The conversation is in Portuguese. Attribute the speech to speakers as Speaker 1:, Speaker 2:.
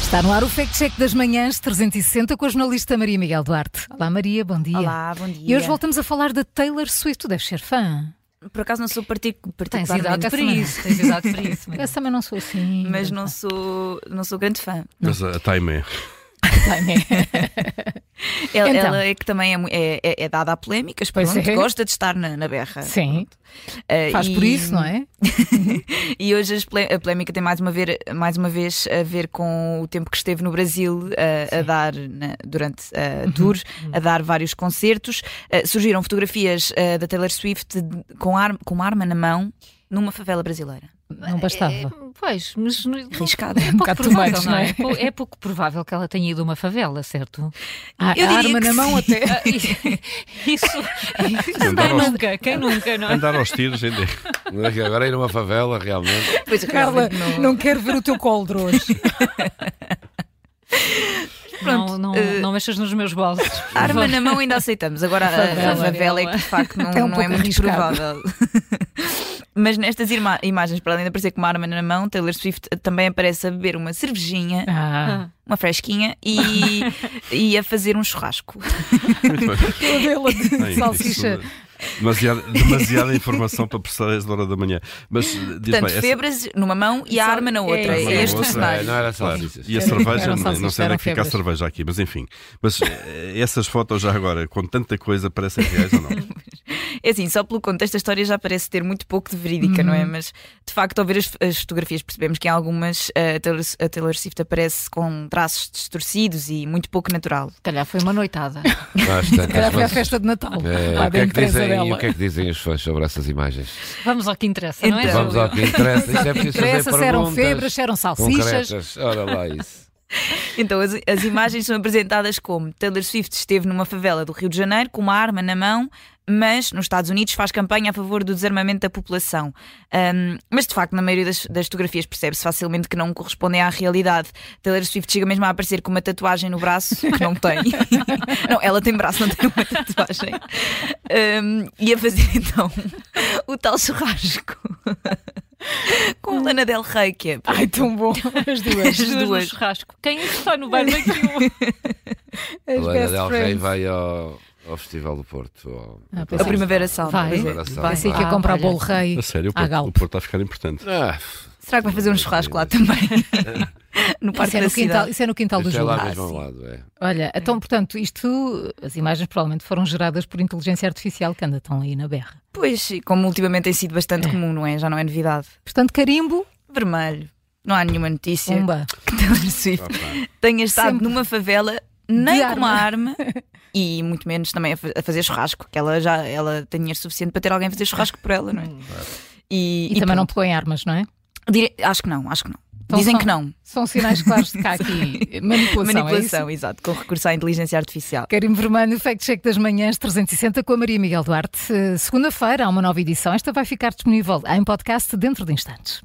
Speaker 1: Está no ar o Fact Check das Manhãs 360 com a jornalista Maria Miguel Duarte. Olá Maria, bom dia.
Speaker 2: Olá, bom dia.
Speaker 1: E hoje voltamos a falar da Taylor Swift, tu deves ser fã.
Speaker 2: Por acaso não sou partic-
Speaker 1: Tens
Speaker 2: particularmente
Speaker 1: idade para isso, tens idade para isso.
Speaker 2: Maria.
Speaker 1: Eu também não sou assim.
Speaker 2: mas não sou, não sou grande fã.
Speaker 3: Mas a time é.
Speaker 2: Ela,
Speaker 1: Então.
Speaker 2: ela é que também é, mu- é- é- é dada a polémicas,
Speaker 1: Pois
Speaker 2: pronto,
Speaker 1: é.
Speaker 2: gosta de estar na, na berra.
Speaker 1: Sim,
Speaker 2: Eh,
Speaker 1: faz
Speaker 2: e-
Speaker 1: por isso, não é?
Speaker 2: E hoje as polé- a polémica tem mais uma, ver, mais uma vez a ver com o tempo que esteve no Brasil eh, a dar, na- durante a
Speaker 1: Uhum,
Speaker 2: tour, a dar vários concertos. Eh, surgiram fotografias eh, da Taylor Swift de- com, ar- com uma arma na mão numa favela brasileira.
Speaker 1: Não
Speaker 2: é,
Speaker 1: bastava.
Speaker 4: É, Pois, mas não- não-
Speaker 2: Arriscado.
Speaker 4: É pouco
Speaker 1: bocado
Speaker 4: provável,
Speaker 1: too much,
Speaker 4: não
Speaker 1: não é?
Speaker 4: é? Pou- É pouco provável que ela tenha ido a uma favela, certo?
Speaker 1: Ah,
Speaker 2: Eu
Speaker 1: a
Speaker 2: diria
Speaker 1: arma
Speaker 2: que
Speaker 1: na mão
Speaker 2: sim.
Speaker 1: até.
Speaker 4: Ah, e- Isso.
Speaker 3: Andar
Speaker 4: Quem
Speaker 3: aos-
Speaker 4: nunca? Quem nunca, não é?
Speaker 3: Andar aos tiros, ainda. Agora ir numa favela, realmente.
Speaker 2: Pois,
Speaker 1: Carla,
Speaker 2: realmente não-
Speaker 1: não quero ver o teu colo de hoje.
Speaker 4: Não, não, não mexas nos meus bolsos. por
Speaker 2: Arma
Speaker 4: favor.
Speaker 2: na mão ainda aceitamos. Agora a a- a
Speaker 4: Favela.
Speaker 2: favela é que de facto não
Speaker 1: É um
Speaker 2: não é
Speaker 1: pouco
Speaker 2: muito
Speaker 1: arriscado.
Speaker 2: provável. Mas nestas irma- imagens, para além de aparecer com uma arma na mão, Taylor Swift também aparece a beber uma cervejinha,
Speaker 1: Ah,
Speaker 4: Ah,
Speaker 2: uma fresquinha e, e a fazer um churrasco.
Speaker 1: cabelo
Speaker 3: Ai,
Speaker 1: de
Speaker 3: isso,
Speaker 1: salsicha.
Speaker 3: Demasiada, demasiada informação para processar a esta hora da manhã. Mas eh, diz
Speaker 2: Portanto,
Speaker 3: bem, essa-
Speaker 2: febres numa mão e a
Speaker 1: Só-
Speaker 2: arma na
Speaker 1: é
Speaker 2: outra. É,
Speaker 1: isso.
Speaker 2: este o
Speaker 3: Outra,
Speaker 2: cenário.
Speaker 5: Não era salsichas.
Speaker 3: E a cerveja,
Speaker 1: Eram
Speaker 3: não,
Speaker 1: salsichas,
Speaker 3: não sei onde é
Speaker 1: eram
Speaker 3: que fica a
Speaker 1: febres.
Speaker 3: cerveja aqui, mas enfim. Mas eh, essas fotos já agora, com tanta coisa, parecem reais ou não?
Speaker 2: É assim, só pelo contexto a história já parece ter muito pouco de verídica, não é? Mas de facto, ao ver as, as fotografias, percebemos que em algumas eh, a Taylor, a Taylor Swift aparece com traços distorcidos e muito pouco natural.
Speaker 4: se calhar foi uma noitada.
Speaker 5: Bastante.
Speaker 1: Era foi a
Speaker 5: Mas,
Speaker 1: festa de Natal.
Speaker 5: eh,
Speaker 1: lá
Speaker 5: o, que é
Speaker 1: dentro
Speaker 5: que
Speaker 1: da empresa
Speaker 5: dizem,
Speaker 1: dela.
Speaker 5: o que é que dizem os fãs sobre essas imagens?
Speaker 4: Vamos ao que interessa, não é?
Speaker 2: Então,
Speaker 5: Vamos ao que interessa. Isto é preciso
Speaker 1: Interessa
Speaker 5: fazer
Speaker 1: se eram
Speaker 5: perguntas
Speaker 1: febras, se eram salsichas.
Speaker 5: concretas. Ora lá isso.
Speaker 2: Então as, as imagens são apresentadas como Taylor Swift esteve numa favela do Rio de Janeiro com uma arma na mão, mas nos Estados Unidos faz campanha a favor do desarmamento da população. Ahm, mas de facto, na maioria das, das fotografias percebe-se facilmente que não correspondem à realidade. Taylor Swift chega mesmo a aparecer com uma tatuagem no braço que não tem. não, ela tem braço, não tem uma tatuagem. Ahm, e a fazer então o tal churrasco com a Lana Del Rey, que é
Speaker 1: Ai, tão bom. As duas.
Speaker 2: as
Speaker 4: As duas,
Speaker 2: duas.
Speaker 4: no churrasco. Quem está no banho aqui?
Speaker 5: A
Speaker 1: As
Speaker 5: Lana
Speaker 1: best
Speaker 5: Del Rey
Speaker 1: friends.
Speaker 5: vai ao, ao Festival do Porto. ao-
Speaker 1: Ah,
Speaker 5: ao
Speaker 1: pois
Speaker 2: a
Speaker 1: é.
Speaker 2: Primavera Salva.
Speaker 4: Vai.
Speaker 5: Primavera Salva.
Speaker 1: Pensei que ia
Speaker 4: Ah,
Speaker 1: comprar
Speaker 4: olha.
Speaker 1: bolo rei. é
Speaker 3: A sério, o
Speaker 1: À
Speaker 3: Porto,
Speaker 1: Galp.
Speaker 3: o Porto está a ficar importante.
Speaker 1: é.
Speaker 5: Ah,
Speaker 2: Será que vai fazer um churrasco lá também? no
Speaker 1: Isso
Speaker 2: Parque
Speaker 1: é,
Speaker 2: da
Speaker 1: no quintal,
Speaker 2: Cidade.
Speaker 1: isso é no quintal do
Speaker 5: isto é
Speaker 1: Júlio.
Speaker 5: lá
Speaker 2: Ah,
Speaker 5: mesmo ao
Speaker 2: sim.
Speaker 5: lado. É.
Speaker 1: Olha, então, portanto, isto, as imagens provavelmente foram geradas por inteligência artificial que anda tão aí na berra.
Speaker 2: Pois, e como ultimamente tem sido bastante comum, não é? Já não é novidade.
Speaker 1: Portanto, carimbo,
Speaker 2: Vermelho. Não há nenhuma notícia
Speaker 1: pumba.
Speaker 2: que Taylor Swift tenha estado
Speaker 1: Sempre.
Speaker 2: numa favela nem
Speaker 1: De
Speaker 2: com uma arma e muito menos também a fa- a fazer churrasco, que ela já ela tem dinheiro suficiente para ter alguém a fazer churrasco por ela, não é?
Speaker 1: Hum. E, também não pegou em armas, não é?
Speaker 2: não. Dire... Acho que não, acho que não.
Speaker 1: Então
Speaker 2: Dizem
Speaker 1: só-
Speaker 2: que não.
Speaker 1: São sinais claros de cá aqui. Manipulação, é isso?
Speaker 2: Manipulação, exato, com recurso à inteligência artificial.
Speaker 1: Carimbo Vermelho, Fact Check das Manhãs 360 com a Maria Miguel Duarte. Eh, Segunda-feira há uma nova edição. Esta vai ficar disponível em podcast dentro de instantes.